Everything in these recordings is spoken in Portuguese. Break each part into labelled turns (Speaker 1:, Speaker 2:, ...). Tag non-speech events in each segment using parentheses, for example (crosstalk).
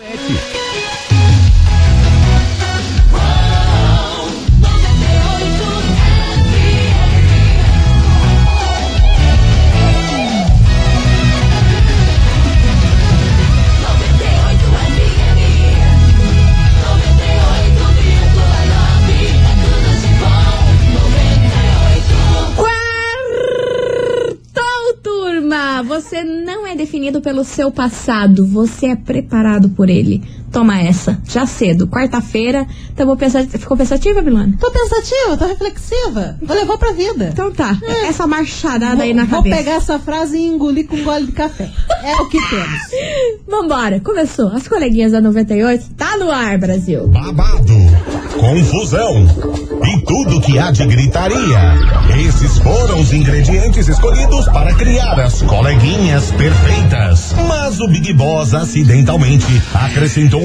Speaker 1: aqui.
Speaker 2: Quartou, turma! Você não é definido pelo seu passado, você é preparado por ele. Toma essa, já cedo, quarta-feira. Tamo pensa- Ficou pensativa, Milana?
Speaker 3: Tô pensativa, tô reflexiva. Vou levar pra vida.
Speaker 2: Então tá, essa marcharada aí
Speaker 3: É. vou,
Speaker 2: na
Speaker 3: vou
Speaker 2: cabeça.
Speaker 3: pegar essa frase e engolir com um gole de café. É o que temos.
Speaker 2: Vambora, começou. As coleguinhas da 98, tá no ar, Brasil.
Speaker 1: Babado, confusão e tudo que há de gritaria. Esses foram os ingredientes escolhidos para criar as coleguinhas perfeitas. Mas o Big Boss acidentalmente acrescentou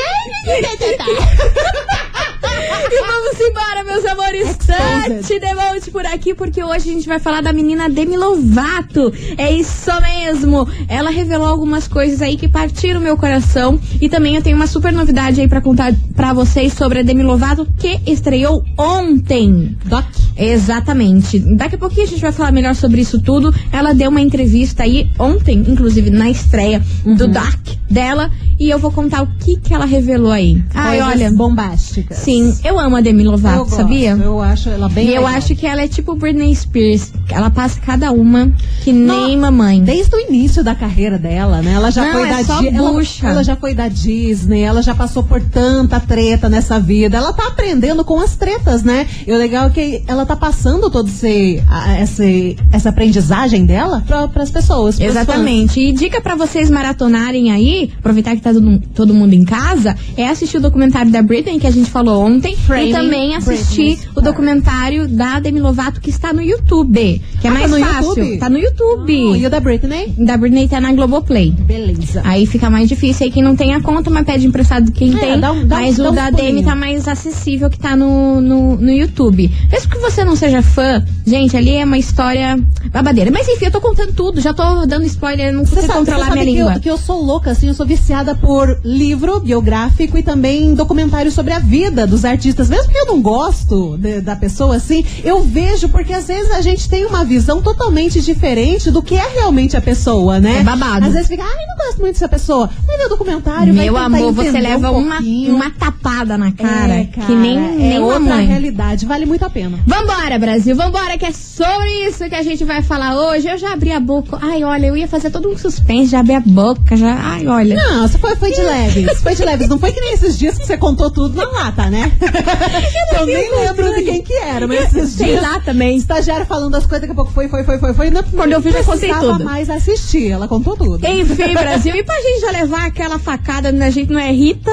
Speaker 2: E vamos embora, meus amores.
Speaker 3: Exposed.
Speaker 2: Tante Devolte por aqui, porque hoje a gente vai falar da menina Demi Lovato. É isso mesmo. Ela revelou algumas coisas aí que partiram meu coração. E também eu tenho uma super novidade aí pra contar pra vocês sobre a Demi Lovato, que estreou ontem.
Speaker 3: Doc.
Speaker 2: Exatamente. Daqui a pouquinho a gente vai falar melhor sobre isso tudo. Ela deu uma entrevista aí ontem, inclusive na estreia do DAC dela, e eu vou contar o que que ela revelou aí. Ai,
Speaker 3: Coisas
Speaker 2: olha,
Speaker 3: bombásticas.
Speaker 2: sim, eu amo a Demi
Speaker 3: Eu
Speaker 2: Lovato,
Speaker 3: gosto,
Speaker 2: sabia?
Speaker 3: Eu acho ela bem
Speaker 2: e eu
Speaker 3: legal.
Speaker 2: acho que ela é tipo Britney Spears, ela passa cada uma que nem mamãe.
Speaker 3: Desde o início da carreira dela, né? Ela já
Speaker 2: Não,
Speaker 3: foi
Speaker 2: é
Speaker 3: da
Speaker 2: só
Speaker 3: Di- ela-
Speaker 2: bucha.
Speaker 3: Ela, já foi da Disney, ela já passou por tanta treta nessa vida. Ela tá aprendendo com as tretas, né? E o legal é que ela tá passando todo esse, a- esse essa aprendizagem dela para as pessoas. pros
Speaker 2: Exatamente. E dica pra vocês maratonarem aí, aproveitar que tá todo, todo mundo em casa, é assistir o documentário da Britney que a gente falou ontem
Speaker 3: Framing
Speaker 2: e também assistir
Speaker 3: Britney
Speaker 2: o documentário da Demi Lovato que está no YouTube, que é
Speaker 3: Ah, tá
Speaker 2: mais
Speaker 3: no
Speaker 2: fácil.
Speaker 3: YouTube?
Speaker 2: Tá no
Speaker 3: fãs. Bom,
Speaker 2: YouTube.
Speaker 3: e o da Britney?
Speaker 2: Da Britney tá na Globoplay.
Speaker 3: Beleza.
Speaker 2: Aí fica mais difícil. Aí quem não tem a conta, mas pede emprestado quem
Speaker 3: É,
Speaker 2: tem.
Speaker 3: dá um- dá um-
Speaker 2: mas
Speaker 3: dá
Speaker 2: o
Speaker 3: um
Speaker 2: da
Speaker 3: pulinho.
Speaker 2: Demi tá mais acessível que tá no, no, no YouTube. Mesmo que você não seja fã, gente, ali é uma história babadeira. Mas enfim, eu tô contando tudo, já tô dando spoiler, não
Speaker 3: Você
Speaker 2: consigo
Speaker 3: sabe,
Speaker 2: controlar
Speaker 3: você sabe
Speaker 2: minha
Speaker 3: que,
Speaker 2: língua.
Speaker 3: eu, que eu sou louca, assim, eu sou viciada por livro biográfico e também documentário sobre a vida dos artistas. Mesmo que eu não gosto de- da pessoa, assim, eu vejo porque às vezes a gente tem uma visão totalmente diferente do que é realmente a pessoa, né?
Speaker 2: É babado.
Speaker 3: Às vezes fica, ai, não gosto muito dessa pessoa. Vai ver o documentário,
Speaker 2: Meu
Speaker 3: vai tentar
Speaker 2: amor, você
Speaker 3: entender
Speaker 2: leva
Speaker 3: um
Speaker 2: uma,
Speaker 3: pouquinho.
Speaker 2: uma tapada na cara,
Speaker 3: É,
Speaker 2: que nem,
Speaker 3: é
Speaker 2: nem
Speaker 3: outra
Speaker 2: uma mãe.
Speaker 3: realidade, vale muito a pena.
Speaker 2: Vambora, Brasil, vambora, que é sobre isso que a gente vai falar hoje. Eu já abri a boca. Ai, olha, eu ia fazer todo um suspense, já abri a boca, já. Ai, olha.
Speaker 3: Não, você foi, foi de leves. Foi de leves. Não foi que nem esses dias que você contou tudo na lata, né?
Speaker 2: (laughs)
Speaker 3: Eu, nem lembro de quem que era, mas esses
Speaker 2: Sei
Speaker 3: dias.
Speaker 2: lá também.
Speaker 3: Estagiário falando as coisas, daqui a pouco foi, foi, foi, foi, foi. Não,
Speaker 2: Quando eu vi, já contei
Speaker 3: precisava
Speaker 2: tudo.
Speaker 3: mais assistir, ela contou tudo.
Speaker 2: né? Enfim, Brasil, e pra gente já levar aquela facada na gente não é Rita?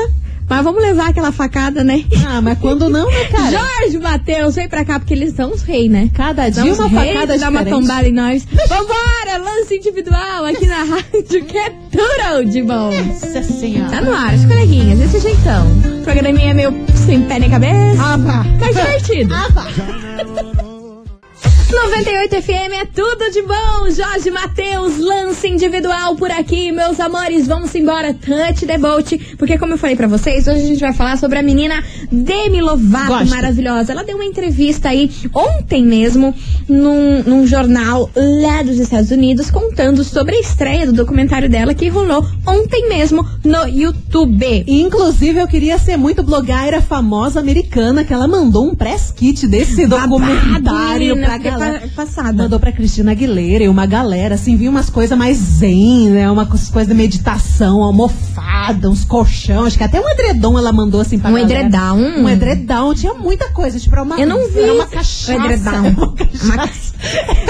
Speaker 2: Mas vamos levar aquela facada, né?
Speaker 3: Ah, mas quando não, né, cara?
Speaker 2: Jorge Mateus, vem pra cá, porque eles são os reis, né?
Speaker 3: Cada dia
Speaker 2: Dá
Speaker 3: uma facada
Speaker 2: dá uma
Speaker 3: diferente.
Speaker 2: tombada em nós. Vambora, lance individual aqui na rádio, que é tudo de bom.
Speaker 3: Nossa senhora.
Speaker 2: Tá no ar, as coleguinhas, desse jeitão. O programinha é meio sem pé nem cabeça,
Speaker 3: Ah, vá.
Speaker 2: mas divertido.
Speaker 3: Ah, vá.
Speaker 2: 98 FM é tudo de bom. Jorge Matheus, lance individual por aqui, meus amores. Vamos embora, Touch the Boat. Porque, como eu falei pra vocês, hoje a gente vai falar sobre a menina Demi Lovato,
Speaker 3: Gosto.
Speaker 2: maravilhosa. Ela deu uma entrevista aí ontem mesmo num, num jornal lá dos Estados Unidos, contando sobre a estreia do documentário dela que rolou ontem mesmo no YouTube.
Speaker 3: Inclusive, eu queria ser muito blogueira famosa americana, que ela mandou um press kit desse documentário
Speaker 2: menina,
Speaker 3: pra
Speaker 2: fiquei
Speaker 3: galera.
Speaker 2: né? é pa- passada.
Speaker 3: Mandou pra Cristina Aguilera e uma galera, assim, viu umas coisas mais zen, né? Uma coisa de meditação, almofada, uns colchão, acho que até um edredom ela mandou, assim, pra
Speaker 2: Um
Speaker 3: galera.
Speaker 2: edredão.
Speaker 3: Um edredom, tinha muita coisa, tipo, era uma...
Speaker 2: Eu não vi Um
Speaker 3: Era uma
Speaker 2: esse
Speaker 3: cachaça.
Speaker 2: edredom.
Speaker 3: era Uma cachaça.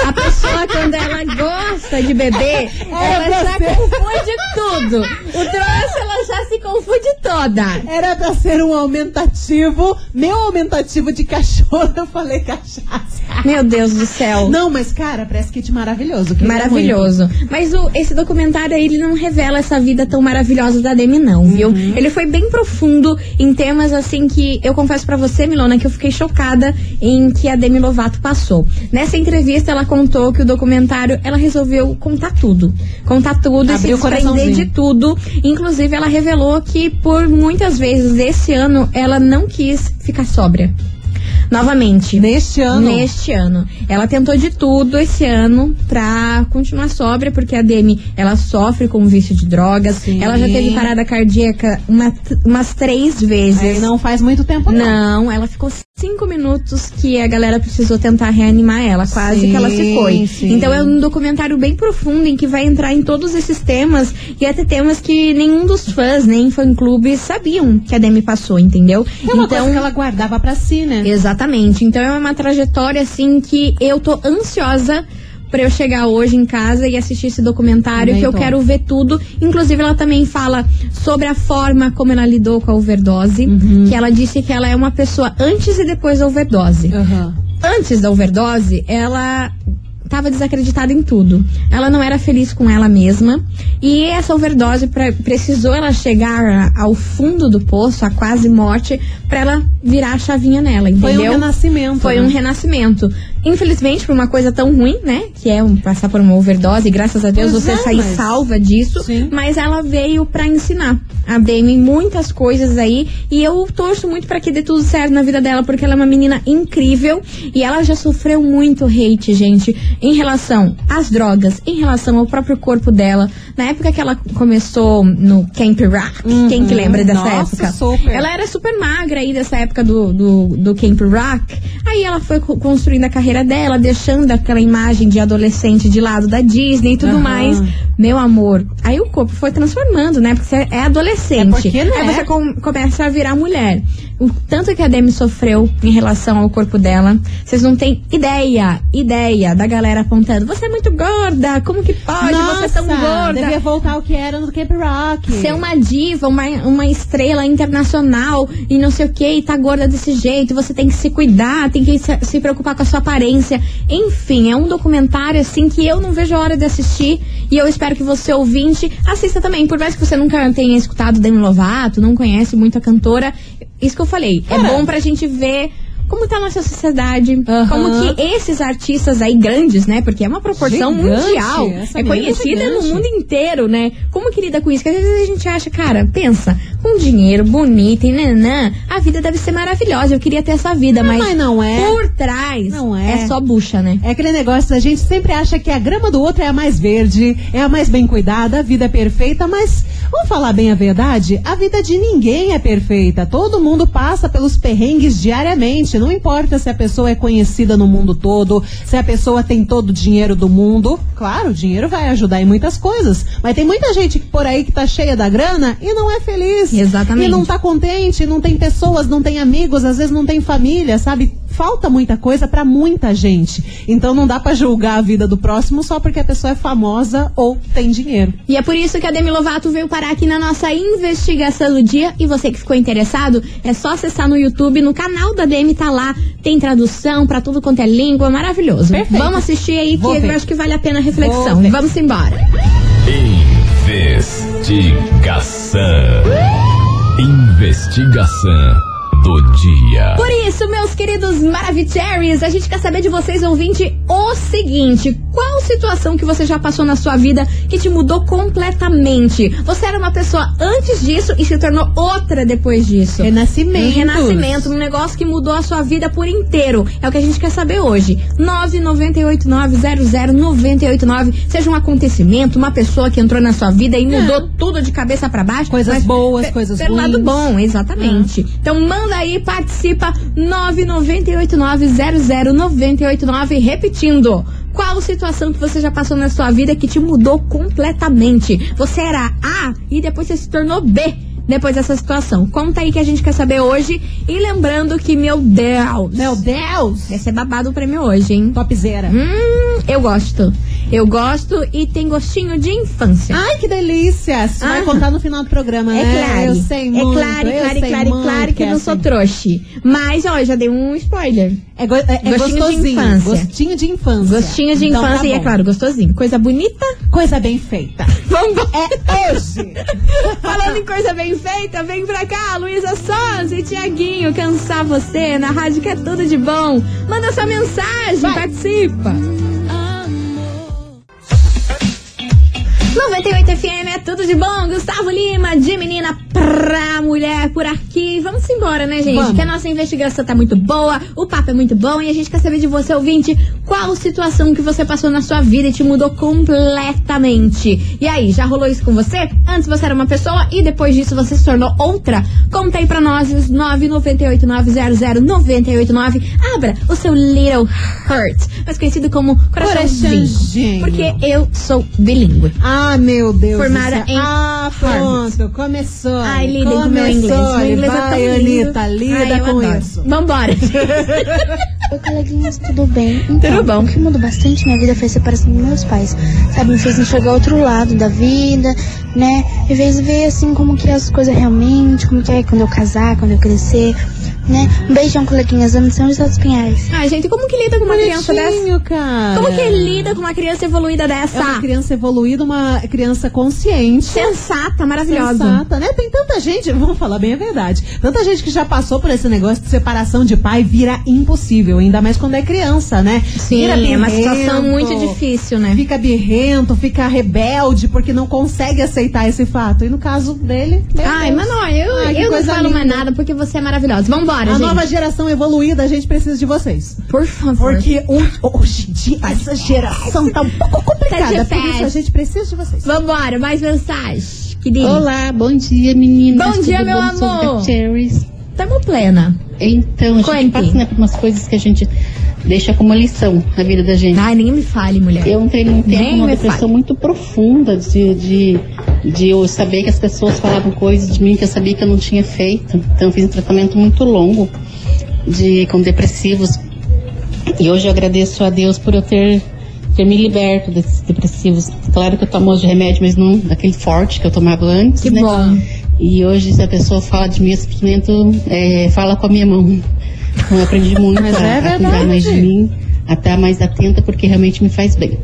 Speaker 2: A pessoa, quando ela gosta de beber, ela já
Speaker 3: você.
Speaker 2: confunde tudo. O troço, ela já se confunde toda.
Speaker 3: Era pra ser um aumentativo, meu aumentativo de cachorro, eu falei cachaça.
Speaker 2: Meu Deus do céu.
Speaker 3: Não, mas cara, press kit maravilhoso. queria
Speaker 2: Maravilhoso. Mas o- esse documentário aí, ele não revela essa vida tão maravilhosa da Demi, não,
Speaker 3: Uhum.
Speaker 2: viu? Ele foi bem profundo em temas assim que eu confesso pra você, Milona, que eu fiquei chocada em que a Demi Lovato passou. Nessa entrevista, ela contou que o documentário, ela resolveu contar tudo. Contar tudo
Speaker 3: Abriu
Speaker 2: e
Speaker 3: o
Speaker 2: se desprender
Speaker 3: coraçãozinho.
Speaker 2: de tudo. Inclusive, ela revelou que por muitas vezes esse ano ela não quis ficar sóbria. Novamente.
Speaker 3: muito. Neste ano.
Speaker 2: Neste ano. Ela tentou de tudo esse ano pra continuar sóbria, porque a Demi, ela sofre com vício de drogas.
Speaker 3: Sim.
Speaker 2: Ela já teve parada cardíaca uma- umas três
Speaker 3: Aí
Speaker 2: vezes.
Speaker 3: é, não faz muito tempo, não.
Speaker 2: Não, ela ficou cinco minutos que a galera precisou tentar reanimar ela, quase
Speaker 3: Sim,
Speaker 2: que ela se foi.
Speaker 3: sim.
Speaker 2: Então é um documentário bem profundo em que vai entrar em todos esses temas e até temas que nenhum dos fãs, nem fã-clube, sabiam que a Demi passou, entendeu? Então,
Speaker 3: É uma coisa que ela guardava pra si, né?
Speaker 2: Exatamente. Então é uma trajetória assim que eu tô ansiosa pra eu chegar hoje em casa e assistir esse documentário,
Speaker 3: Também
Speaker 2: que eu
Speaker 3: tô.
Speaker 2: quero ver tudo. Inclusive, ela também fala sobre a forma como ela lidou com a overdose,
Speaker 3: Uhum.
Speaker 2: que ela disse que ela é uma pessoa antes e depois da overdose
Speaker 3: Aham.
Speaker 2: antes da overdose, ela estava desacreditada em tudo. Ela não era feliz com ela mesma. E essa overdose pre- precisou ela chegar a- ao fundo do poço, a quase morte, pra ela virar a chavinha nela, entendeu?
Speaker 3: Foi um renascimento.
Speaker 2: Foi
Speaker 3: né?
Speaker 2: um renascimento. Infelizmente, por uma coisa tão ruim, né? Que é um, passar por uma overdose, graças a Deus
Speaker 3: Pois
Speaker 2: você
Speaker 3: é,
Speaker 2: sair
Speaker 3: mas-
Speaker 2: salva disso.
Speaker 3: Sim.
Speaker 2: Mas ela veio pra ensinar a Demi muitas coisas aí. E eu torço muito pra que dê tudo certo na vida dela, porque ela é uma menina incrível. E ela já sofreu muito hate, gente, em relação às drogas, em relação ao próprio corpo dela. Na época que ela começou no Camp Rock, quem que lembra dessa
Speaker 3: Uhum. Nossa,
Speaker 2: época?
Speaker 3: super.
Speaker 2: Ela era super magra aí dessa época do, do, do Camp Rock. Aí ela foi co- construindo a carreira dela, deixando aquela imagem de adolescente de lado da Disney e tudo
Speaker 3: Aham.
Speaker 2: mais. Meu amor, aí o corpo foi transformando, né? Porque você é adolescente.
Speaker 3: É porque, né?
Speaker 2: Aí você com- começa a virar mulher. O tanto que a Demi sofreu em relação ao corpo dela, vocês não têm ideia, ideia da galera apontando. Você é muito gorda, como que pode? você é tão
Speaker 3: Nossa,
Speaker 2: gorda. é um
Speaker 3: Devia voltar ao que era no Camp Rock.
Speaker 2: Ser uma diva, uma, uma estrela internacional e não sei o que, e tá gorda desse jeito, você tem que se cuidar, tem que se, se preocupar com a sua aparência. Enfim, é um documentário assim que eu não vejo a hora de assistir e eu espero que você, ouvinte, assista também. Por mais que você nunca tenha escutado Demi Lovato, não conhece muito a cantora, isso que eu falei, é bom pra gente ver. Como tá a nossa sociedade?
Speaker 3: Aham.
Speaker 2: Como que esses artistas aí grandes, né? Porque é uma proporção
Speaker 3: Gigante,
Speaker 2: mundial.
Speaker 3: essa
Speaker 2: É
Speaker 3: menina é
Speaker 2: conhecida no
Speaker 3: gigante.
Speaker 2: mundo mundo inteiro, né? Como que lida com isso? Que às vezes a gente acha, cara, pensa, com dinheiro, bonita e nanã, a vida deve ser maravilhosa. Eu queria ter essa vida, mas,
Speaker 3: mas não é.
Speaker 2: por trás
Speaker 3: Não é.
Speaker 2: é só bucha, né?
Speaker 3: É aquele negócio da gente sempre acha que a grama do outro é a mais verde, é a mais bem cuidada, a vida é perfeita, mas vamos falar bem a verdade, a vida de ninguém é perfeita. Todo mundo passa pelos perrengues diariamente, não importa se a pessoa é conhecida no mundo todo, se a pessoa tem todo o dinheiro do mundo. Claro, o dinheiro vai ajudar em muitas coisas, mas tem muita gente por aí que tá cheia da grana e não é feliz.
Speaker 2: Exatamente.
Speaker 3: E não tá contente, não tem pessoas, não tem amigos, às vezes não tem família, sabe? falta muita coisa para muita gente. Então não dá para julgar a vida do próximo só porque a pessoa é famosa ou tem dinheiro.
Speaker 2: E é por isso que a Demi Lovato veio parar aqui na nossa investigação do dia. E você que ficou interessado, é só acessar no YouTube, no canal da Demi tá lá. Tem tradução pra tudo quanto é língua, maravilhoso.
Speaker 3: Perfeito.
Speaker 2: Vamos assistir aí que
Speaker 3: Vou ver.
Speaker 2: eu acho que vale a pena a reflexão.
Speaker 3: Vou ver.
Speaker 2: Vamos embora.
Speaker 4: Investigação. Investigação do dia.
Speaker 2: Por isso, meus queridos Maravicheries, a gente quer saber de vocês, ouvinte, o seguinte: qual situação que você já passou na sua vida que te mudou completamente? Você era uma pessoa antes disso e se tornou outra depois disso. Um
Speaker 3: É, Renascimento.
Speaker 2: renascimento, um negócio que mudou a sua vida por inteiro. É o que a gente quer saber hoje. 998900989. Seja um acontecimento, uma pessoa que entrou na sua vida e mudou tudo de cabeça pra baixo.
Speaker 3: É. Coisas
Speaker 2: mas
Speaker 3: boas,
Speaker 2: pe-
Speaker 3: coisas
Speaker 2: Pelo
Speaker 3: ruins.
Speaker 2: lado bom, exatamente. Então manda aí, participa. 998900989. Repetindo. Qual situação que você já passou na sua vida que te mudou completamente? Você era A e depois você se tornou B depois dessa situação. Conta aí que a gente quer saber hoje. E lembrando que, meu Deus,
Speaker 3: Meu Deus!
Speaker 2: vai ser babado o prêmio hoje, hein?
Speaker 3: Topzera.
Speaker 2: Hum, eu gosto. Eu gosto e tem gostinho de infância.
Speaker 3: Ai, que delícia! Você vai
Speaker 2: Ah.
Speaker 3: contar no final do programa,
Speaker 2: É
Speaker 3: né?
Speaker 2: claro,
Speaker 3: Eu sei
Speaker 2: é
Speaker 3: muito.
Speaker 2: claro,
Speaker 3: eu
Speaker 2: claro,
Speaker 3: sei
Speaker 2: claro,
Speaker 3: muito,
Speaker 2: claro que é eu não sou
Speaker 3: assim.
Speaker 2: trouxa. Mas, ó, eu já dei um spoiler.
Speaker 3: É, go- é- é
Speaker 2: Gostinho de
Speaker 3: gostosinho.
Speaker 2: infância.
Speaker 3: Gostinho de infância.
Speaker 2: Gostinho de
Speaker 3: Então tá
Speaker 2: infância e, é
Speaker 3: bom.
Speaker 2: claro, gostosinho. Coisa bonita.
Speaker 3: Coisa bem feita.
Speaker 2: (laughs) Vamos
Speaker 3: É hoje.
Speaker 2: Falando em coisa bem feita, vem pra cá, Luísa Sons e Tiaguinho, cansar você na rádio que é tudo de bom. Manda sua mensagem, participa. 98 FM é tudo de bom. Gustavo Lima, de menina pra mulher por aqui. Vamos embora, né, gente?
Speaker 3: Vamos.
Speaker 2: Que a nossa investigação tá muito boa, o papo é muito bom e a gente quer saber de você, ouvinte, qual situação que você passou na sua vida e te mudou completamente. E aí, já rolou isso com você? Antes você era uma pessoa e depois disso você se tornou outra? Conta aí pra nós, 998900989. Abra o seu Little Heart, mais conhecido como coraçãozinho.
Speaker 3: Coraçãozinho.
Speaker 2: Porque eu sou bilíngue.
Speaker 3: Ah, meu Deus. do
Speaker 2: Formada
Speaker 3: céu.
Speaker 2: em
Speaker 3: Ah,
Speaker 2: Harvard.
Speaker 3: pronto. Começou.
Speaker 2: Ai, lida
Speaker 3: Começou.
Speaker 2: com meu inglês. Meu inglês é
Speaker 3: Vai,
Speaker 2: tão lindo.
Speaker 3: Anitta, lida
Speaker 2: Ai, eu
Speaker 3: com
Speaker 2: adoro.
Speaker 3: isso.
Speaker 2: Vambora.
Speaker 5: Oi, coleguinhas, tudo bem? Então,
Speaker 2: Tudo bom.
Speaker 5: O que mudou bastante na vida foi a separação dos meus pais. Sabe, me fez enxergar outro lado da vida, né? Me fez ver, assim, como que é as coisas realmente, como que é quando eu casar, quando eu crescer, né? Um beijão, coleguinhas. Amo de São José dos Pinhais.
Speaker 2: (laughs) Ai, gente, como que lida com uma criança dessa?
Speaker 3: Bonitinho, cara.
Speaker 2: Como que é lida com uma criança evoluída
Speaker 3: É uma
Speaker 2: dessa?
Speaker 3: criança evoluída, uma criança consciente.
Speaker 2: Sensata, maravilhosa.
Speaker 3: Sensata, né? Tem tanta gente, vamos falar bem a verdade, tanta gente que já passou por esse negócio de separação de pai vira impossível, ainda mais quando é criança, né?
Speaker 2: Sim,
Speaker 3: vira
Speaker 2: é uma
Speaker 3: birrento,
Speaker 2: situação muito difícil, né?
Speaker 3: Fica birrento, fica rebelde, porque não consegue aceitar esse fato. E no caso dele, meu
Speaker 2: Ai,
Speaker 3: Deus.
Speaker 2: mas não, eu,
Speaker 3: Ai, que
Speaker 2: eu não
Speaker 3: coisa
Speaker 2: falo mais
Speaker 3: linda.
Speaker 2: nada porque você é maravilhosa. Vambora,
Speaker 3: a
Speaker 2: gente.
Speaker 3: nova geração evoluída, a gente precisa de vocês.
Speaker 2: Por favor.
Speaker 3: Porque o- hoje em dia essa geração tá um pouco complicada. Por isso a
Speaker 2: festa.
Speaker 3: gente precisa de vocês.
Speaker 2: Vambora, mais mensagem. Querida.
Speaker 6: Olá, bom dia meninas.
Speaker 2: Bom dia,
Speaker 6: Tudo
Speaker 2: meu
Speaker 6: bom? Sou
Speaker 2: amor.
Speaker 6: da Cherries.
Speaker 2: Tamo plena.
Speaker 6: Então, a
Speaker 2: Conte.
Speaker 6: gente passa né, por umas coisas que a gente deixa como lição na vida da gente.
Speaker 2: Ai, ninguém me fale, mulher.
Speaker 6: Eu entrei num
Speaker 2: Nem
Speaker 6: tempo uma
Speaker 2: me
Speaker 6: depressão
Speaker 2: fale.
Speaker 6: muito profunda de, de, de eu saber que as pessoas falavam coisas de mim que eu sabia que eu não tinha feito. Então eu fiz um tratamento muito longo de com depressivos. E hoje eu agradeço a Deus por eu ter, ter me liberto desses depressivos. Claro que eu tomo hoje remédio, mas não daquele forte que eu tomava antes.
Speaker 2: Que
Speaker 6: né?
Speaker 2: bom.
Speaker 6: E hoje se a pessoa fala de mim, eu simplesmente é, fala com a minha mão. Então eu aprendi muito
Speaker 3: Mas
Speaker 6: a,
Speaker 3: é
Speaker 6: a cuidar mais de
Speaker 3: verdade.
Speaker 6: mim, a estar mais atenta, porque realmente me faz bem.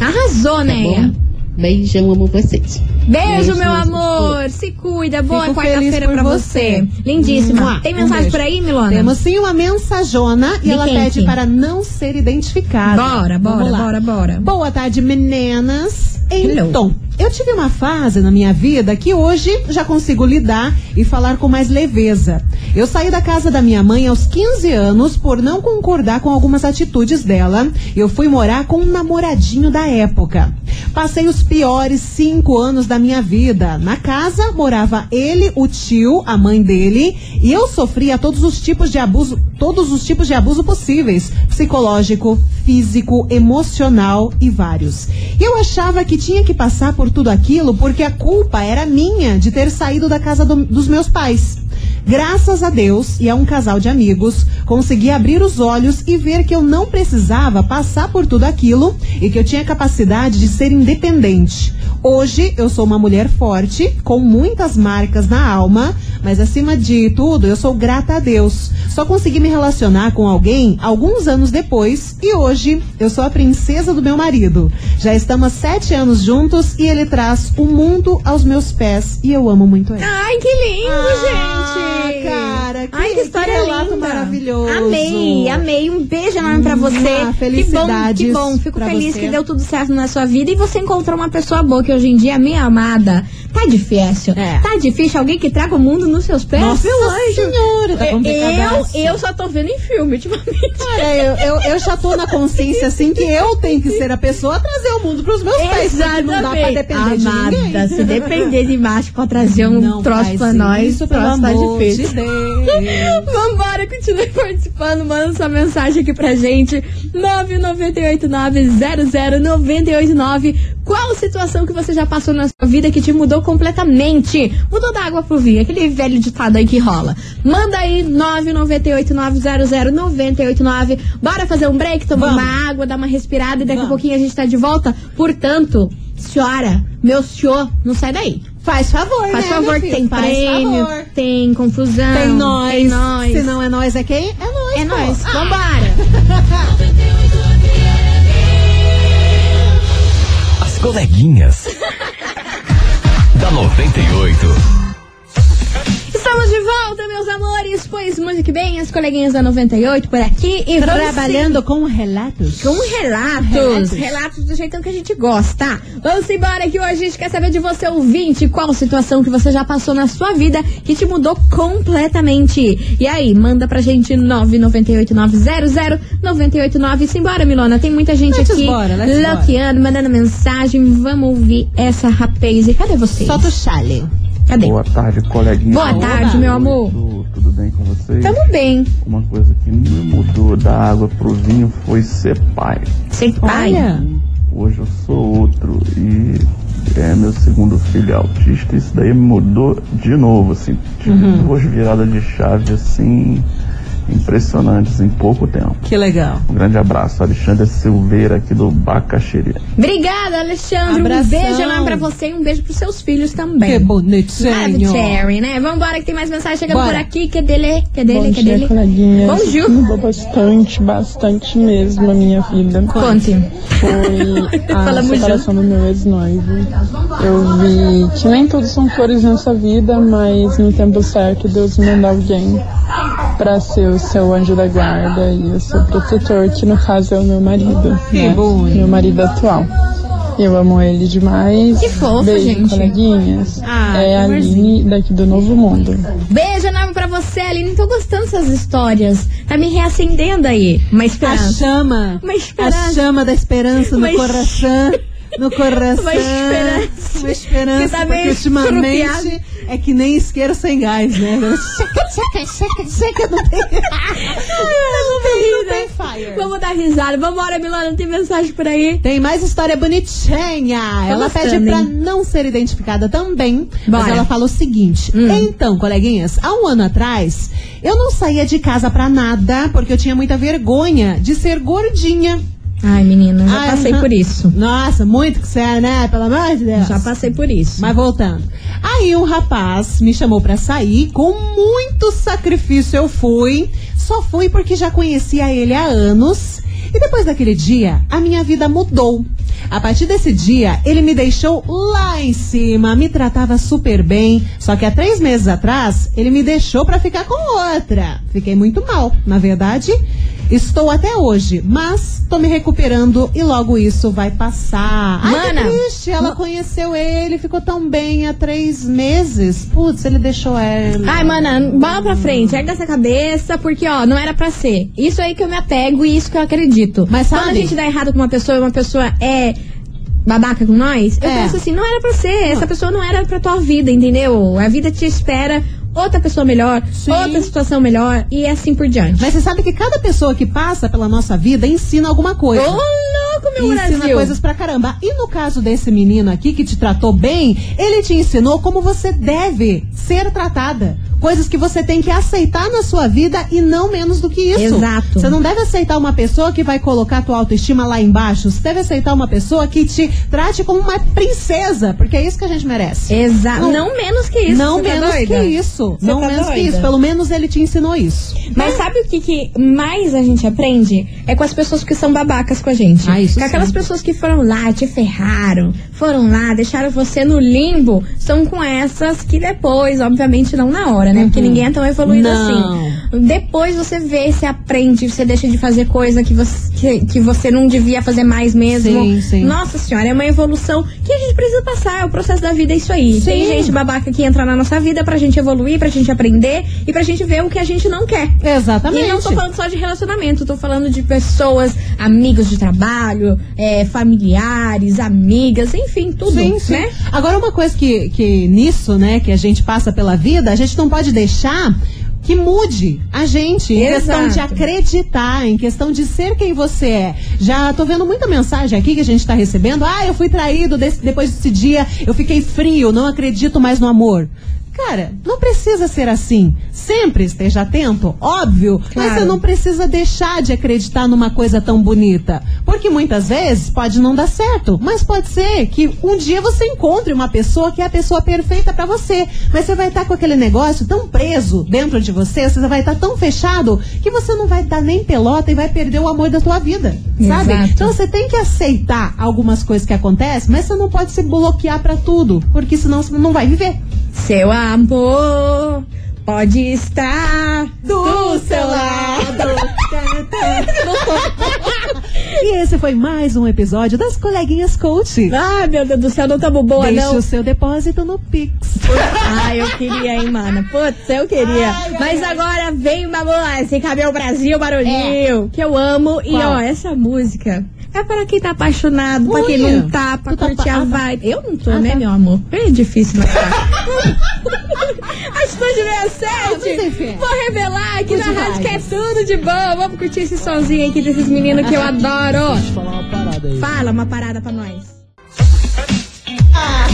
Speaker 2: Arrasou,
Speaker 6: Tá
Speaker 2: Neia.
Speaker 3: é?
Speaker 6: bom? Beijão, amo vocês.
Speaker 2: Beijo,
Speaker 6: Beijo,
Speaker 2: meu
Speaker 6: gente.
Speaker 2: amor. Se cuida. Boa
Speaker 3: Fico
Speaker 2: quarta-feira
Speaker 3: feliz por
Speaker 2: pra você.
Speaker 3: você.
Speaker 2: Lindíssima.
Speaker 3: Mua.
Speaker 2: Tem
Speaker 3: Um
Speaker 2: mensagem
Speaker 3: beijo.
Speaker 2: por aí, Milona?
Speaker 3: Temos sim uma mensajona e
Speaker 2: De
Speaker 3: ela
Speaker 2: quem
Speaker 3: pede
Speaker 2: que?
Speaker 3: para não ser identificada.
Speaker 2: Bora, bora,
Speaker 3: Vamos lá.
Speaker 2: bora, bora.
Speaker 3: Boa tarde, meninas.
Speaker 2: Hello.
Speaker 3: Então, eu tive uma fase na minha vida que hoje já consigo lidar e falar com mais leveza. Eu saí da casa da minha mãe aos 15 anos por não concordar com algumas atitudes dela. Eu fui morar com um namoradinho da época. Passei os piores cinco anos da minha vida. Na casa morava ele, o tio, a mãe dele, e eu sofria todos os tipos de abuso, todos os tipos de abuso possíveis: psicológico, físico, emocional e vários. Eu achava que tinha que passar por tudo aquilo porque a culpa era minha de ter saído da casa do- dos meus pais. Graças a Deus e a um casal de amigos, consegui abrir os olhos e ver que eu não precisava passar por tudo aquilo e que eu tinha capacidade de ser independente. Hoje eu sou uma mulher forte, com muitas marcas na alma, mas acima de tudo eu sou grata a Deus. Só consegui me relacionar com alguém alguns anos depois e hoje eu sou a princesa do meu marido. Já estamos há sete anos juntos e ele traz o mundo aos meus pés e eu amo muito ele.
Speaker 2: Ai, que lindo,
Speaker 3: Ah,
Speaker 2: gente!
Speaker 3: cara, que-
Speaker 2: Ai, que
Speaker 3: que
Speaker 2: história
Speaker 3: relato
Speaker 2: linda.
Speaker 3: maravilhoso.
Speaker 2: Amei, amei. Um beijo enorme pra você.
Speaker 3: Mua,
Speaker 2: que
Speaker 3: felicidades
Speaker 2: bom, que bom. Fico
Speaker 3: pra
Speaker 2: feliz
Speaker 3: você.
Speaker 2: que deu tudo certo na sua vida e você encontrou uma pessoa boa que hoje em dia é minha amada. Tá difícil.
Speaker 3: É.
Speaker 2: Tá difícil alguém que traga o mundo nos seus pés.
Speaker 3: Nossa
Speaker 2: Meu anjo. É,
Speaker 3: senhora, tá complicadaço.
Speaker 2: eu, eu só tô vendo em filme ultimamente.
Speaker 3: É, eu, eu, eu já tô na consciência assim que eu tenho que ser a pessoa a trazer o mundo pros meus pés. porque Não dá pra depender
Speaker 2: Amada,
Speaker 3: de ninguém.
Speaker 2: se depender de macho pra trazer um
Speaker 3: Não
Speaker 2: troço
Speaker 3: faz
Speaker 2: pra nós,
Speaker 3: isso, pelo
Speaker 2: troço tá
Speaker 3: amor
Speaker 2: difícil. (laughs)
Speaker 3: de Deus.
Speaker 2: Vambora, continue participando, manda sua mensagem aqui pra gente. 998900989. Qual situação que você já passou na sua vida que te mudou completamente? Mudou da água pro vinho, aquele velho ditado aí que rola. Manda aí 998900989. Bora fazer um break, tomar
Speaker 3: Vamos.
Speaker 2: uma água, dar uma respirada e daqui a
Speaker 3: Vamos.
Speaker 2: pouquinho a gente tá de volta. Portanto, senhora, meu senhor, não sai daí.
Speaker 3: Faz favor, né?
Speaker 2: Faz favor,
Speaker 3: meu
Speaker 2: que
Speaker 3: filho?
Speaker 2: tem
Speaker 3: Faz
Speaker 2: prêmio,
Speaker 3: favor.
Speaker 2: tem confusão,
Speaker 3: Tem nós.
Speaker 2: Tem nós.
Speaker 3: Se não é nós, é quem?
Speaker 2: É
Speaker 3: É nós. pô. Ah,
Speaker 2: nóis, vambora!
Speaker 3: (laughs)
Speaker 4: As coleguinhas. da 98.
Speaker 2: Estamos de volta, meus amores! Pois muito que bem, as coleguinhas da 98 por aqui e
Speaker 3: Trabalhando com relatos.
Speaker 2: com
Speaker 3: Um
Speaker 2: relatos. um Relatos do jeitão que a gente gosta. tá? Vamos embora que hoje a gente quer saber de você, ouvinte, qual situação que você já passou na sua vida que te mudou completamente. E aí, manda pra gente 998900989. Simbora, Milona, tem muita gente
Speaker 3: Let's
Speaker 2: aqui.
Speaker 3: bora, let's bora.
Speaker 2: loqueando, mandando mensagem. Vamos ouvir essa rapaz. E cadê vocês?
Speaker 3: Solta o chale.
Speaker 2: Cadê?
Speaker 7: Boa tarde, coleguinha.
Speaker 2: Boa tarde, meu amor. Então-
Speaker 7: Tudo, tudo bem com vocês?
Speaker 2: Tamo bem.
Speaker 7: Uma coisa que me mudou da água pro vinho foi ser pai.
Speaker 2: Sei que pai.
Speaker 3: Olha.
Speaker 7: Hoje eu sou outro e é meu segundo filho é autista. Isso daí me mudou de novo, assim. Tive duas viradas de chave, assim, impressionantes em pouco tempo.
Speaker 3: Que legal.
Speaker 7: Um grande abraço, Alexandre Silveira, aqui do Bacaxiri.
Speaker 2: Obrigada, Alexandre. Um
Speaker 3: Abração.
Speaker 2: beijo enorme pra você e um beijo pros seus filhos também.
Speaker 3: Que
Speaker 2: Maravilha,
Speaker 3: bonitinho.
Speaker 2: Cherry, né? Vambora que tem mais mensagem chegando
Speaker 3: Bora.
Speaker 2: por aqui. Que dele, que dele,
Speaker 8: Bom
Speaker 2: que é
Speaker 8: dia,
Speaker 2: dele.
Speaker 8: coleguinhas.
Speaker 2: Bom dia.
Speaker 8: Mudou bastante, bastante mesmo a minha vida.
Speaker 2: Conte. (laughs)
Speaker 8: Foi ah, a
Speaker 2: Falamos
Speaker 8: separação do meu ex-noivo. Eu vi que nem tudo são flores nessa vida, mas no tempo certo Deus manda alguém pra ser o seu anjo da guarda e o seu protetor, que no caso é o meu marido.
Speaker 3: Que
Speaker 8: né?
Speaker 3: bonito.
Speaker 8: Meu marido atual. Eu amo ele demais.
Speaker 2: Que fofo,
Speaker 8: Beijo,
Speaker 2: gente.
Speaker 8: coleguinhas.
Speaker 3: Ah,
Speaker 8: é a
Speaker 3: que amorzinho.
Speaker 8: Aline daqui do Novo Mundo.
Speaker 2: Beijo enorme pra você, Aline. Tô gostando dessas histórias. Tá me reacendendo aí. Uma
Speaker 3: A
Speaker 2: esperança.
Speaker 3: chama.
Speaker 2: Uma
Speaker 3: A
Speaker 2: esperança.
Speaker 3: chama da esperança no
Speaker 2: Mas-
Speaker 3: coração. No coração.
Speaker 2: (laughs) Uma esperança.
Speaker 3: Uma esperança,
Speaker 2: Que tá
Speaker 3: porque
Speaker 2: meio
Speaker 3: ultimamente
Speaker 2: estrupiado.
Speaker 3: é que nem isqueiro sem
Speaker 2: (laughs)
Speaker 3: gás, né? Checa, checa, checa, checa. Não tem, não tem, não
Speaker 2: é
Speaker 3: tem fire.
Speaker 2: né? Vamos dar risada. Vambora, Milona. Tem mensagem por aí?
Speaker 3: Tem mais história bonitinha. ela
Speaker 2: gostando,
Speaker 3: pede pra
Speaker 2: hein?
Speaker 3: não ser identificada também, mas
Speaker 2: Bora. Hum.
Speaker 3: ela fala o seguinte: Então, coleguinhas, há um ano atrás, eu não saía de casa pra nada porque eu tinha muita vergonha de ser gordinha.
Speaker 2: Ai, menina, já
Speaker 3: Ai,
Speaker 2: passei
Speaker 3: aham.
Speaker 2: por isso.
Speaker 3: Nossa, muito que você é, né? Pelo amor de Deus.
Speaker 2: Já passei por isso.
Speaker 3: Mas voltando. Aí um rapaz me chamou pra sair, com muito sacrifício eu fui. Só fui porque já conhecia ele há anos. E depois daquele dia, a minha vida mudou. A partir desse dia, ele me deixou lá em cima, me tratava super bem. Só que há três meses atrás, ele me deixou pra ficar com outra. Fiquei muito mal, na verdade. Estou até hoje, mas tô me recuperando e logo isso vai passar. Ai, que
Speaker 2: Mana,
Speaker 3: triste. Gente, ela conheceu ele, ficou tão bem há três meses. Putz, ele deixou ela.
Speaker 2: Ai, mana, bola pra frente, erga essa cabeça, porque, ó, não era pra ser. Isso aí que eu me apego e isso que eu acredito.
Speaker 3: Mas sabe-
Speaker 2: Quando a gente dá errado com uma pessoa e uma pessoa é babaca com nós, eu
Speaker 3: É.
Speaker 2: penso assim, não era pra ser, essa pessoa não era pra tua vida, entendeu? A vida te espera outra pessoa melhor,
Speaker 3: Sim.
Speaker 2: outra situação melhor e assim por diante.
Speaker 3: Mas você sabe que cada pessoa que passa pela nossa vida ensina alguma
Speaker 2: Ô,
Speaker 3: coisa. é
Speaker 2: louco, meu
Speaker 3: ensina
Speaker 2: Brasil!
Speaker 3: coisas pra caramba. E no caso desse menino aqui que te tratou bem, ele te ensinou como você deve ser tratada. coisas que você tem que aceitar na sua vida e não menos do que isso.
Speaker 2: Exato.
Speaker 3: Você não deve aceitar uma pessoa que vai colocar a tua autoestima lá embaixo. Você deve aceitar uma pessoa que te trate como uma princesa, porque é isso que a gente merece.
Speaker 2: Exato. Não, menos que isso.
Speaker 3: não
Speaker 2: você tá
Speaker 3: menos que
Speaker 2: doida?
Speaker 3: isso.
Speaker 2: Você
Speaker 3: não
Speaker 2: tá
Speaker 3: menos que
Speaker 2: doida?
Speaker 3: isso. Pelo menos ele te ensinou isso.
Speaker 2: Mas sabe o que, que mais a gente aprende? É com as pessoas que são babacas com a gente.
Speaker 3: Ah, isso
Speaker 2: com aquelas
Speaker 3: sim.
Speaker 2: pessoas que foram lá, te ferraram, foram lá, deixaram você no limbo. São com essas que depois, obviamente, não na hora, né? Porque ninguém é tão evoluído
Speaker 3: Uhum. Não.
Speaker 2: assim. Depois você vê, você aprende, você deixa de fazer coisa que você, que, que você não devia fazer mais mesmo.
Speaker 3: Sim, sim.
Speaker 2: Nossa senhora, é uma evolução que a gente precisa passar. É o processo da vida, é isso aí. Tem
Speaker 3: Sim.
Speaker 2: gente babaca que entra na nossa vida pra gente evoluir, pra gente aprender e pra gente ver o que a gente não quer.
Speaker 3: Exatamente.
Speaker 2: E não tô falando só de relacionamento, tô falando de pessoas, amigos de trabalho, é, familiares, amigas, enfim, tudo,
Speaker 3: Sim, sim.
Speaker 2: né?
Speaker 3: Agora, uma coisa que, que nisso, né, que a gente passa pela vida, a gente não pode deixar que mude a gente. Em questão de
Speaker 2: Exato.
Speaker 3: acreditar, em questão de ser quem você é. Já tô vendo muita mensagem aqui que a gente tá recebendo. Ah, eu fui traído desse- depois desse dia, eu fiquei frio, não acredito mais no amor. Cara, não precisa ser assim. Sempre esteja atento, óbvio, mas
Speaker 2: Claro.
Speaker 3: você não precisa deixar de acreditar numa coisa tão bonita. Porque muitas vezes pode não dar certo, mas pode ser que um dia você encontre uma pessoa que é a pessoa perfeita pra você. Mas você vai estar com aquele negócio tão preso dentro de você, você vai estar tão fechado que você não vai dar nem pelota e vai perder o amor da tua vida. Sabe?
Speaker 2: Exato.
Speaker 3: Então você tem que aceitar algumas coisas que acontecem, mas você não pode se bloquear pra tudo, porque senão você não vai viver.
Speaker 2: Seu amor pode estar do seu lado.
Speaker 3: E esse foi mais um episódio das Coleguinhas Coach.
Speaker 2: Ai, meu Deus do céu, não tamo boa,
Speaker 3: Deixe
Speaker 2: não.
Speaker 3: o seu depósito no Pix.
Speaker 2: Ai, Ah, eu queria, hein, mana. Putz, eu queria. Mas agora vem uma música, meu Brasil barulhinho, que eu amo. E
Speaker 3: É. Qual?
Speaker 2: ó, essa música é para quem tá apaixonado, pra
Speaker 3: Olha,
Speaker 2: quem não tá, pra
Speaker 3: tu tá
Speaker 2: curtir
Speaker 3: pa-
Speaker 2: a
Speaker 3: ah, tá.
Speaker 2: vibe. Eu não tô,
Speaker 3: Ah,
Speaker 2: né,
Speaker 3: tá.
Speaker 2: meu amor? É difícil, mas tá. (laughs) Atitude 67,
Speaker 3: Ah, enfim.
Speaker 2: vou revelar aqui na
Speaker 3: Good
Speaker 2: rádio que é
Speaker 3: vibes.
Speaker 2: tudo de bom. Vamos curtir esse sonzinho aqui desses meninos que eu adoro. Fala uma parada pra nós.
Speaker 3: Ah,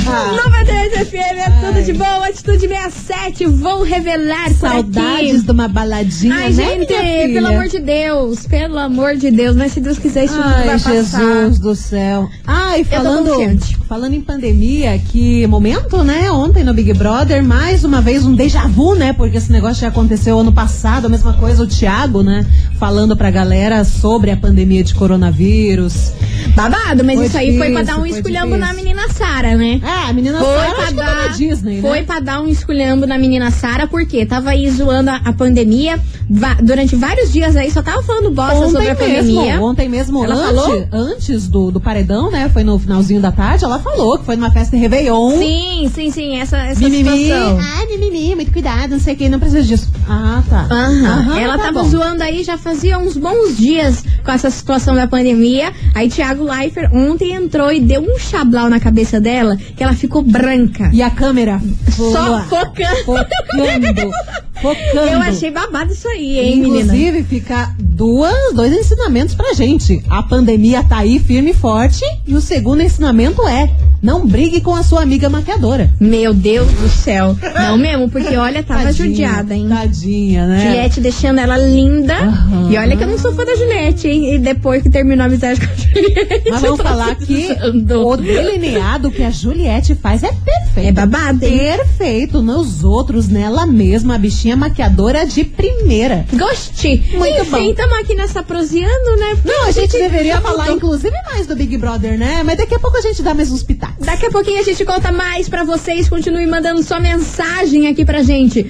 Speaker 2: 93 FM, é tudo de bom, atitude 67, vou revelar por
Speaker 3: Saudades
Speaker 2: aqui.
Speaker 3: de uma baladinha,
Speaker 2: Ai,
Speaker 3: né,
Speaker 2: gente,
Speaker 3: minha filha?
Speaker 2: pelo amor de Deus, pelo amor de Deus, mas se Deus quiser, isso tudo vai
Speaker 3: Ai,
Speaker 2: passar.
Speaker 3: Jesus do céu. Ai, falando,
Speaker 2: confiante.
Speaker 3: falando em pandemia, que momento, né? Ontem no Big Brother, mais uma vez um déjà vu, né? Porque esse negócio já aconteceu ano passado, a mesma coisa o Thiago, né? Falando pra galera sobre a pandemia de coronavírus.
Speaker 2: Babado, mas
Speaker 3: Foi
Speaker 2: isso aí foi pra dar
Speaker 3: difícil,
Speaker 2: um
Speaker 3: foi
Speaker 2: esculhambo na
Speaker 3: difícil.
Speaker 2: menina Sara, né?
Speaker 3: Ah, a menina
Speaker 2: Foi
Speaker 3: Sarah,
Speaker 2: pra,
Speaker 3: acho que
Speaker 2: dar,
Speaker 3: tá na Disney,
Speaker 2: foi
Speaker 3: né?
Speaker 2: pra dar um esculhambo na menina Sara, porque tava aí zoando a, a pandemia va- durante vários dias aí, só tava falando bosta sobre a
Speaker 3: mesmo,
Speaker 2: pandemia.
Speaker 3: ontem mesmo,
Speaker 2: Ela
Speaker 3: antes,
Speaker 2: falou?
Speaker 3: antes do, do paredão, né? Foi no finalzinho da tarde, ela falou que foi numa festa de Réveillon.
Speaker 2: Sim, sim, sim, essa, essa
Speaker 3: Mimimi.
Speaker 2: situação.
Speaker 3: Ai, mimimi, muito cuidado, não sei o que, não precisa disso. Ah, tá.
Speaker 2: Aham.
Speaker 3: Aham,
Speaker 2: Ela
Speaker 3: tá
Speaker 2: tava
Speaker 3: bom.
Speaker 2: zoando aí já fazia uns bons dias com essa situação da pandemia. Aí Thiago Leifert ontem entrou e deu um chablau na cabeça dela que ela ficou branca.
Speaker 3: E a câmera?
Speaker 2: Só
Speaker 3: voa.
Speaker 2: focando.
Speaker 3: Focando. Focando.
Speaker 2: Eu achei babado isso aí, hein, menina?
Speaker 3: Inclusive, fica duas, dois ensinamentos pra gente. A pandemia tá aí firme e forte. E o segundo ensinamento é: não brigue com a sua amiga maquiadora.
Speaker 2: Meu Deus do céu. Não mesmo, porque olha, tava judiada, hein? é
Speaker 3: Tadinha, né?
Speaker 2: Juliette deixando ela linda.
Speaker 3: Aham.
Speaker 2: E olha que eu não sou fã da Juliette, hein? E depois que terminou a amizade com a Juliette.
Speaker 3: Mas
Speaker 2: eu
Speaker 3: vamos
Speaker 2: tô
Speaker 3: falar que
Speaker 2: precisando.
Speaker 3: o delineado que a Juliette faz é perfeito.
Speaker 2: É babado, hein?
Speaker 3: Perfeito nos outros, nela mesma, a bichinha maquiadora de primeira.
Speaker 2: Gostei.
Speaker 3: Muito
Speaker 2: Enfim,
Speaker 3: bom.
Speaker 2: tamo aqui nessa proseando, né? Porque
Speaker 3: Não, a gente deveria
Speaker 2: já
Speaker 3: falar,
Speaker 2: mudou.
Speaker 3: inclusive, mais do Big Brother, né? Mas daqui a pouco a gente dá mais uns pitacos.
Speaker 2: Daqui a pouquinho a gente conta mais pra vocês. Continue mandando sua mensagem aqui pra gente.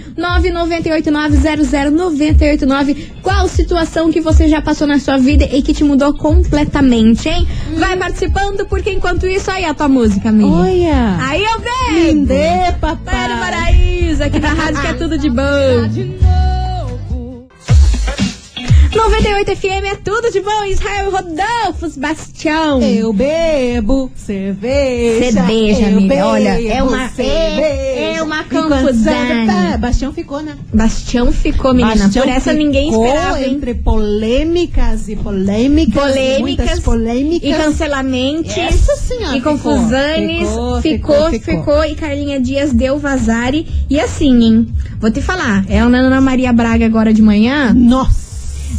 Speaker 2: 998900989. Qual situação que você já passou na sua vida e que te mudou completamente, hein? Vai participando, porque enquanto isso, aí a tua música, amiga.
Speaker 3: Olha!
Speaker 2: Aí eu venho!
Speaker 3: Lindê, é papai!
Speaker 2: Para Paraíso, aqui na rádio que é tudo de bom. 98 FM é tudo de bom. Israel Rodolfo Bastião.
Speaker 3: Eu bebo cerveja.
Speaker 2: Cerveja,
Speaker 3: eu
Speaker 2: amiga.
Speaker 3: bebo
Speaker 2: Olha, é uma, é,
Speaker 3: cerveja.
Speaker 2: é uma
Speaker 3: Então
Speaker 2: Confusão.
Speaker 3: Bastião ficou, né?
Speaker 2: Bastião ficou, menina.
Speaker 3: Bastião
Speaker 2: Por essa ninguém
Speaker 3: ficou
Speaker 2: esperava, hein?
Speaker 3: é um Entre polêmicas e polêmicas.
Speaker 2: Polêmicas
Speaker 3: Muitas
Speaker 2: E
Speaker 3: polêmicas.
Speaker 2: cancelamentos.
Speaker 3: Essa senhora
Speaker 2: E
Speaker 3: ficou.
Speaker 2: confusanes. Ficou
Speaker 3: Ficou,
Speaker 2: ficou,
Speaker 3: ficou, ficou.
Speaker 2: E Carlinha Dias deu vazare. E assim, hein? Vou te falar. É a Ana Maria Braga agora de manhã.
Speaker 3: Nossa.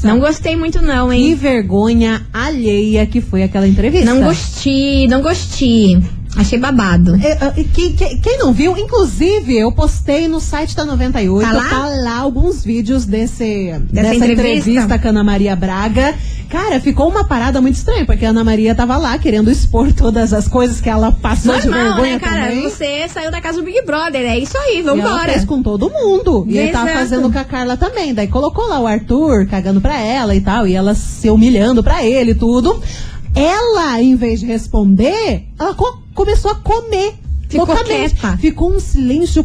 Speaker 2: Não gostei muito, não,
Speaker 3: Que
Speaker 2: hein?
Speaker 3: vergonha alheia que foi aquela entrevista.
Speaker 2: Não gostei, não gostei. Achei babado.
Speaker 3: É, é, Quem, quem- quem não viu, inclusive, eu postei no site da 98,
Speaker 2: Tá
Speaker 3: tá
Speaker 2: lá?
Speaker 3: lá, alguns vídeos desse,
Speaker 2: Dessa
Speaker 3: dessa,
Speaker 2: entrevista?
Speaker 3: entrevista. com a Ana Maria Braga. Cara, ficou uma parada muito estranha, porque a Ana Maria tava lá querendo expor todas as coisas que ela passou de
Speaker 2: Normal,
Speaker 3: vergonha
Speaker 2: né, cara?
Speaker 3: também.
Speaker 2: Você saiu da casa do Big Brother. É isso aí,
Speaker 3: E ela
Speaker 2: vambora.
Speaker 3: fez com todo mundo. E ele tava
Speaker 2: Exato.
Speaker 3: fazendo com a Carla também. Daí colocou lá o Arthur cagando pra ela e tal. E ela se humilhando pra ele e tudo. Ela, em vez de responder, ela co- começou a comer.
Speaker 2: Ficou
Speaker 3: loucamente.
Speaker 2: quieta.
Speaker 3: Ficou um silêncio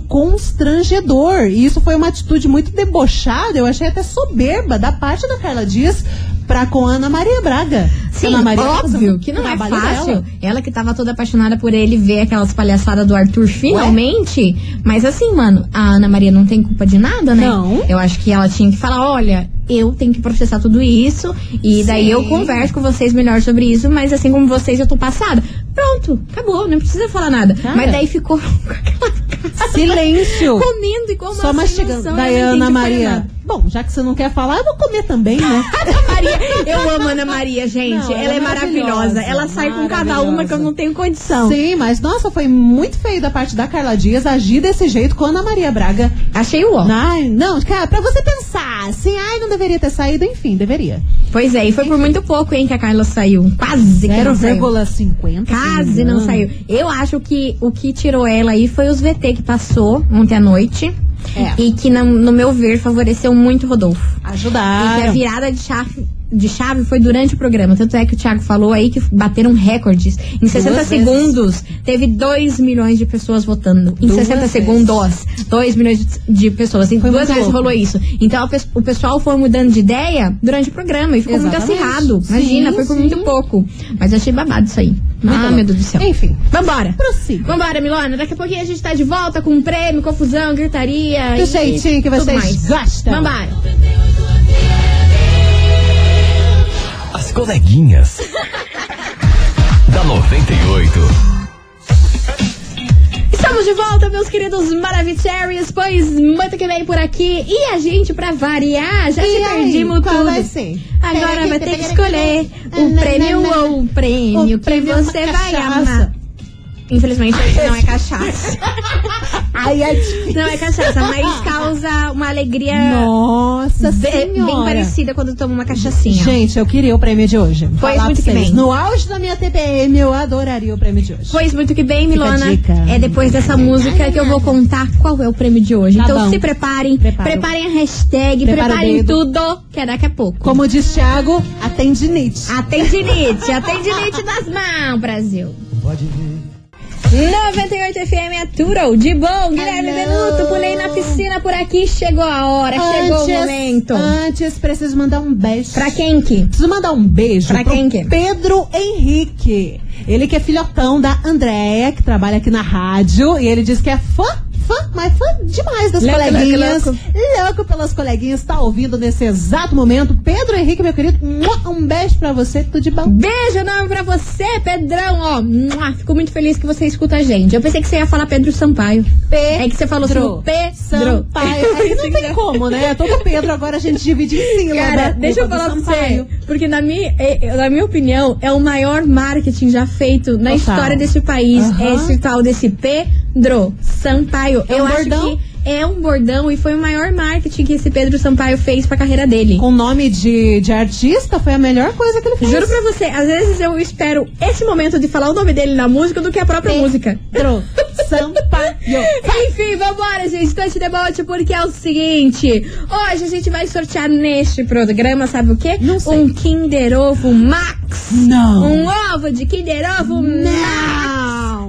Speaker 3: constrangedor. E isso foi uma atitude muito debochada. Eu achei até soberba da parte da Carla Dias pra com a Ana Maria Braga.
Speaker 2: Sim,
Speaker 3: Ana Maria um
Speaker 2: óbvio que não é
Speaker 3: trabalho
Speaker 2: fácil.
Speaker 3: dela.
Speaker 2: (laughs) Ela. que tava toda apaixonada por ele ver aquelas palhaçadas do Arthur finalmente. Mas assim, mano, a Ana Maria não tem culpa de nada, né?
Speaker 3: Não.
Speaker 2: Eu acho que ela tinha que falar, olha, eu tenho que processar tudo isso e daí
Speaker 3: Sim.
Speaker 2: eu converso com vocês melhor sobre isso, mas assim como vocês eu tô passada. Pronto, acabou, não precisa falar nada.
Speaker 3: Cara.
Speaker 2: Mas daí ficou (laughs) com aquela cara
Speaker 3: Silêncio.
Speaker 2: comendo e como
Speaker 3: Só mastigando. Daí a Ana Maria. Bom, já que você não quer falar, eu vou comer também, né?
Speaker 2: Ana Maria, eu amo a Ana Maria, gente.
Speaker 3: Não,
Speaker 2: ela,
Speaker 3: ela
Speaker 2: é
Speaker 3: é
Speaker 2: maravilhosa.
Speaker 3: maravilhosa,
Speaker 2: Ela sai com cada uma que eu
Speaker 3: maravilhosa.
Speaker 2: não tenho condição.
Speaker 3: Sim, mas nossa, foi muito feio da parte da Carla Dias agir desse jeito com a Ana Maria Braga.
Speaker 2: Achei o ó.
Speaker 3: Ai, não, cara, pra você pensar assim, ai, não deveria ter saído, enfim, deveria.
Speaker 2: Pois é, e foi por muito pouco, hein, que a Carla saiu. Quase
Speaker 3: Né?
Speaker 2: que não saiu.
Speaker 3: 0,50.
Speaker 2: Quase não saiu. Eu acho que o que tirou ela aí foi os VT que passou ontem à noite.
Speaker 3: É.
Speaker 2: E que, na- no meu ver, favoreceu muito o Rodolfo. E que a
Speaker 3: Ajudaram.
Speaker 2: virada de chave, de chave foi durante o programa. Tanto é que o Thiago falou aí que bateram recordes. Em 60
Speaker 3: vezes.
Speaker 2: segundos, teve 2 milhões de pessoas votando. Em
Speaker 3: Duas
Speaker 2: 60
Speaker 3: vezes.
Speaker 2: segundos, 2 milhões de, de pessoas. Assim,
Speaker 3: Foi
Speaker 2: duas
Speaker 3: muito
Speaker 2: vezes
Speaker 3: louco.
Speaker 2: rolou isso. Então a pe- o pessoal foi mudando de ideia durante o programa e ficou muito
Speaker 3: Exatamente.
Speaker 2: acirrado.
Speaker 3: Sim,
Speaker 2: Imagina, foi por
Speaker 3: sim.
Speaker 2: muito pouco. Mas achei babado isso aí.
Speaker 3: Muito
Speaker 2: ah,
Speaker 3: louco.
Speaker 2: meu Deus do céu.
Speaker 3: Enfim,
Speaker 2: Vambora.
Speaker 3: prossiga.
Speaker 2: Vambora, Milona. Daqui a pouquinho a gente tá de volta com um prêmio, confusão, gritaria.
Speaker 3: Do
Speaker 2: e
Speaker 3: jeitinho que
Speaker 2: tudo
Speaker 3: vocês
Speaker 2: mais.
Speaker 3: gostam.
Speaker 2: Vambora.
Speaker 4: As coleguinhas. da 98.
Speaker 2: Estamos de volta, meus queridos Maravicheries, pois muito que vem por aqui. E a gente, pra variar, já
Speaker 3: E
Speaker 2: te
Speaker 3: aí,
Speaker 2: perdimos
Speaker 3: qual
Speaker 2: tudo.
Speaker 3: vai ser?
Speaker 2: Agora vai ter que escolher o prêmio ou o prêmio que
Speaker 3: é
Speaker 2: você vai amar. Infelizmente, não é cachaça.
Speaker 3: (laughs) Ai, é difícil.
Speaker 2: Não é cachaça, mas causa uma alegria
Speaker 3: Nossa
Speaker 2: be- bem,
Speaker 3: senhora.
Speaker 2: parecida quando toma uma cachaçinha.
Speaker 3: Gente, eu queria o prêmio de hoje.
Speaker 2: Pois,
Speaker 3: Falar
Speaker 2: muito
Speaker 3: pra
Speaker 2: que
Speaker 3: vocês.
Speaker 2: bem.
Speaker 3: No auge da minha TPM, eu adoraria o prêmio de hoje.
Speaker 2: Pois muito que bem,
Speaker 3: Fica a
Speaker 2: Milona.
Speaker 3: dica.
Speaker 2: É depois dessa música que eu vou contar qual é o prêmio de hoje.
Speaker 3: Tá
Speaker 2: então
Speaker 3: bom.
Speaker 2: se preparem,
Speaker 3: Preparo.
Speaker 2: preparem a hashtag,
Speaker 3: Prepara o
Speaker 2: preparem
Speaker 3: dedo.
Speaker 2: tudo, que é daqui a pouco.
Speaker 3: Como diz Thiago, a tendinite.
Speaker 2: A tendinite, a tendinite das mãos, Brasil. 98 FM é Turo, de bom, Guilherme
Speaker 3: Alô.
Speaker 2: Benuto, pulei na piscina por aqui, chegou a hora, chegou o momento.
Speaker 3: Antes, preciso mandar um beijo.
Speaker 2: Pra quem que?
Speaker 3: Preciso mandar um beijo
Speaker 2: Pra
Speaker 3: pro
Speaker 2: quem que?
Speaker 3: Pedro Henrique. Ele que é filhotão da Andréia, que trabalha aqui na rádio. E ele diz que é fã, fã, mas fã demais das
Speaker 2: Louco,
Speaker 3: coleguinhas.
Speaker 2: louco,
Speaker 3: Louco pelas coleguinhas, tá ouvindo nesse exato momento. Pedro Henrique, meu querido, mua, um beijo pra você, tudo de bom.
Speaker 2: Beijo enorme pra você, Pedrão, ó. Mua, Fico muito feliz que você escuta a gente. Eu pensei que você ia falar Pedro Sampaio. É que você falou assim, Pedro. (laughs)
Speaker 3: Sampaio. É, Aí não tem como, né? Todo Pedro agora a gente divide em sílaba.
Speaker 2: Cara, deixa eu
Speaker 3: Culpa do
Speaker 2: falar pra você,
Speaker 3: Sampaio.
Speaker 2: porque na minha, eh, eh, na minha opinião, é o maior marketing já feito na
Speaker 3: Total.
Speaker 2: história desse país.
Speaker 3: Aham.
Speaker 2: É esse tal desse Pedro Sampaio.
Speaker 3: É um
Speaker 2: eu acho
Speaker 3: bordão?
Speaker 2: que é um bordão e foi o maior marketing que esse Pedro Sampaio fez pra carreira dele.
Speaker 3: com nome de, de artista foi a melhor coisa que ele fez.
Speaker 2: Juro pra você, às vezes eu espero esse momento de falar o nome dele na música do que a própria música.
Speaker 3: Pedro Sampaio.
Speaker 2: Enfim, vambora, gente. Tante debote, porque é o seguinte: hoje a gente vai sortear neste programa, sabe o quê?
Speaker 3: Não sei.
Speaker 2: Um Kinder Ovo Max.
Speaker 3: Não.
Speaker 2: Um ovo de Kinder Ovo
Speaker 3: Não.
Speaker 2: Max.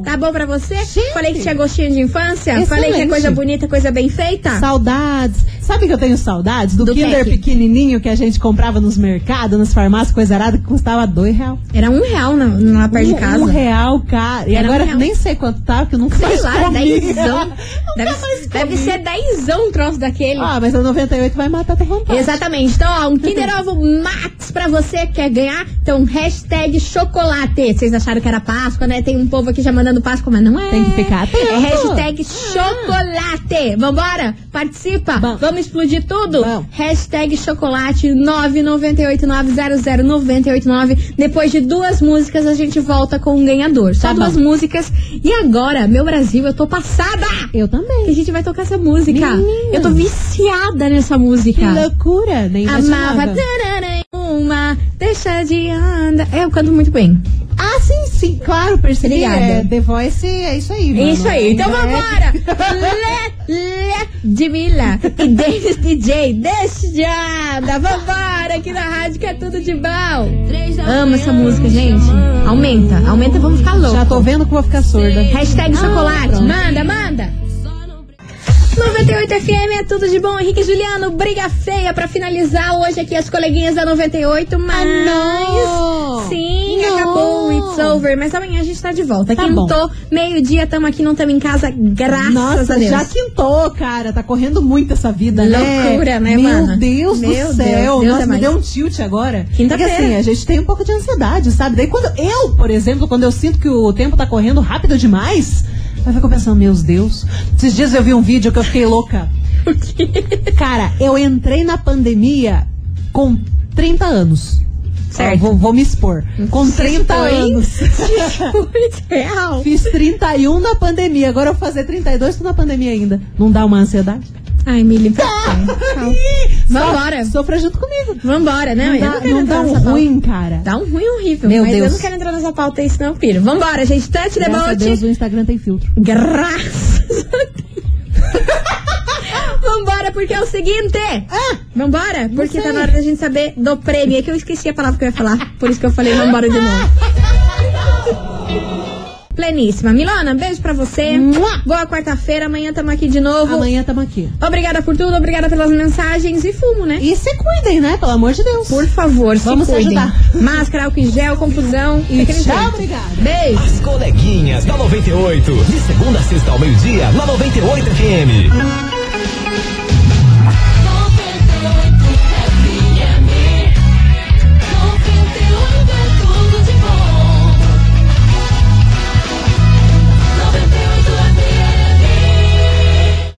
Speaker 2: Tá bom pra você?
Speaker 3: Gente.
Speaker 2: Falei que tinha gostinho de infância?
Speaker 3: Excelente.
Speaker 2: Falei que é coisa bonita, coisa bem feita?
Speaker 3: Saudades. Sabe que eu tenho saudades do,
Speaker 2: Do
Speaker 3: Kinder
Speaker 2: pack.
Speaker 3: pequenininho que a gente comprava nos mercados, nas farmácias, coisa arada, que custava dois real.
Speaker 2: Era um real na, na parte
Speaker 3: um,
Speaker 2: de casa.
Speaker 3: um real, cara. E
Speaker 2: Era um
Speaker 3: agora
Speaker 2: real.
Speaker 3: nem sei quanto tá, porque eu nunca
Speaker 2: Sei
Speaker 3: mais
Speaker 2: lá,
Speaker 3: comi. (laughs)
Speaker 2: dezão. Deve,
Speaker 3: mais
Speaker 2: deve
Speaker 3: comi.
Speaker 2: ser dezão o troço daquele.
Speaker 3: Ah, mas a 98 vai matar tua vontade.
Speaker 2: Exatamente. Então, ó, um Kinder Ovo Max pra você que quer ganhar. Então, hashtag chocolate. Vocês acharam que era Páscoa, né? Tem um povo aqui já mandando Páscoa, mas não é.
Speaker 3: Tem que ficar atento. Ah.
Speaker 2: É hashtag chocolate. Vambora, participa.
Speaker 3: Vamos.
Speaker 2: Vamos explodir tudo?
Speaker 3: Vamos.
Speaker 2: Hashtag chocolate 998900989. Depois de duas músicas, a gente volta com um ganhador. Só
Speaker 3: Tá bom.
Speaker 2: duas músicas. E agora, meu Brasil, eu tô passada!
Speaker 3: Eu também.
Speaker 2: que a gente vai tocar essa música.
Speaker 3: Menina.
Speaker 2: Eu tô viciada nessa
Speaker 3: Que
Speaker 2: música.
Speaker 3: loucura, nem
Speaker 2: Amava
Speaker 3: imaginava.
Speaker 2: tarará, uma, deixa de andar. É, Eu canto muito bem.
Speaker 3: Ah, sim, sim, claro, percebi.
Speaker 2: Obrigada.
Speaker 3: É, The Voice é isso aí.
Speaker 2: É
Speaker 3: mano.
Speaker 2: isso aí. Então
Speaker 3: É.
Speaker 2: vambora! Lé, lé, de Mila e Davis DJ, deixa de andar. Vambora, aqui na rádio que é tudo de bom. Amo essa música, gente. Aumenta, aumenta, vamos ficar louco.
Speaker 3: Já tô vendo que vou ficar surda.
Speaker 2: Hashtag
Speaker 3: Ah,
Speaker 2: chocolate.
Speaker 3: pronto.
Speaker 2: Manda, manda. 98 FM é tudo de bom. Henrique e Juliano, briga feia pra finalizar hoje aqui as coleguinhas da 98, mas.
Speaker 3: Ah, não!
Speaker 2: Sim,
Speaker 3: Não!
Speaker 2: acabou, it's over. Mas amanhã a gente tá de volta.
Speaker 3: Tá
Speaker 2: Quintou, meio-dia, tamo aqui, não tamo em casa, graças
Speaker 3: Nossa,
Speaker 2: a Deus.
Speaker 3: já quintou, cara. Tá correndo muito essa vida, né?
Speaker 2: Loucura, né,
Speaker 3: Meu
Speaker 2: mana?
Speaker 3: Deus
Speaker 2: Meu Deus,
Speaker 3: do céu.
Speaker 2: Deus é
Speaker 3: Nossa, me
Speaker 2: mais.
Speaker 3: deu um tilt agora.
Speaker 2: Quinta-feira.
Speaker 3: Porque assim, a gente tem um pouco de ansiedade, sabe? Daí quando eu, por exemplo, quando eu sinto que o tempo tá correndo rápido demais, eu fico pensando, meus Deus. Esses dias eu vi um vídeo que eu
Speaker 2: (laughs)
Speaker 3: fiquei louca. Cara, eu entrei na pandemia com 30 anos.
Speaker 2: Certo.
Speaker 3: Ó, vou, vou me expor. Com
Speaker 2: Se
Speaker 3: 30
Speaker 2: expõe.
Speaker 3: anos.
Speaker 2: (laughs) (laughs) Muito real.
Speaker 3: Fiz 31 na pandemia, agora eu vou fazer 32, tô na pandemia ainda. Não dá uma ansiedade?
Speaker 2: Ai, Mili, pra
Speaker 3: Ah.
Speaker 2: quê? Tchau. Vambora.
Speaker 3: So- Sofra junto comigo.
Speaker 2: Vambora, né?
Speaker 3: Não
Speaker 2: Eu
Speaker 3: dá,
Speaker 2: quero
Speaker 3: não
Speaker 2: entrar
Speaker 3: dá um
Speaker 2: nessa pauta.
Speaker 3: ruim, cara.
Speaker 2: Dá um ruim horrível.
Speaker 3: Meu
Speaker 2: mas eu
Speaker 3: Deus.
Speaker 2: não quero entrar nessa pauta aí, senão eu piro. Vambora, gente. Touch the
Speaker 3: Graças a
Speaker 2: boat.
Speaker 3: Deus o Instagram tem filtro.
Speaker 2: Graças a Deus. (laughs) Vambora, porque é o seguinte.
Speaker 3: Ah!
Speaker 2: Vambora, porque tá na hora da gente saber do prêmio. É que eu esqueci a palavra que eu ia falar. Por isso que eu falei vambora de novo. Pleníssima. Milona, beijo pra você.
Speaker 3: Mua.
Speaker 2: Boa quarta-feira. Amanhã tamo aqui de novo.
Speaker 3: Amanhã tamo aqui.
Speaker 2: Obrigada por tudo, obrigada pelas mensagens e fumo, né?
Speaker 3: E se cuidem, né? Pelo amor de Deus.
Speaker 2: Por favor, se
Speaker 3: Vamos se
Speaker 2: cuidem.
Speaker 3: ajudar.
Speaker 2: Máscara, álcool em gel, confusão.
Speaker 3: E
Speaker 2: daquele
Speaker 3: tchau,
Speaker 2: jeito.
Speaker 3: obrigada.
Speaker 2: Beijo.
Speaker 4: As coleguinhas da 98. De segunda a sexta ao meio-dia, na 98 FM.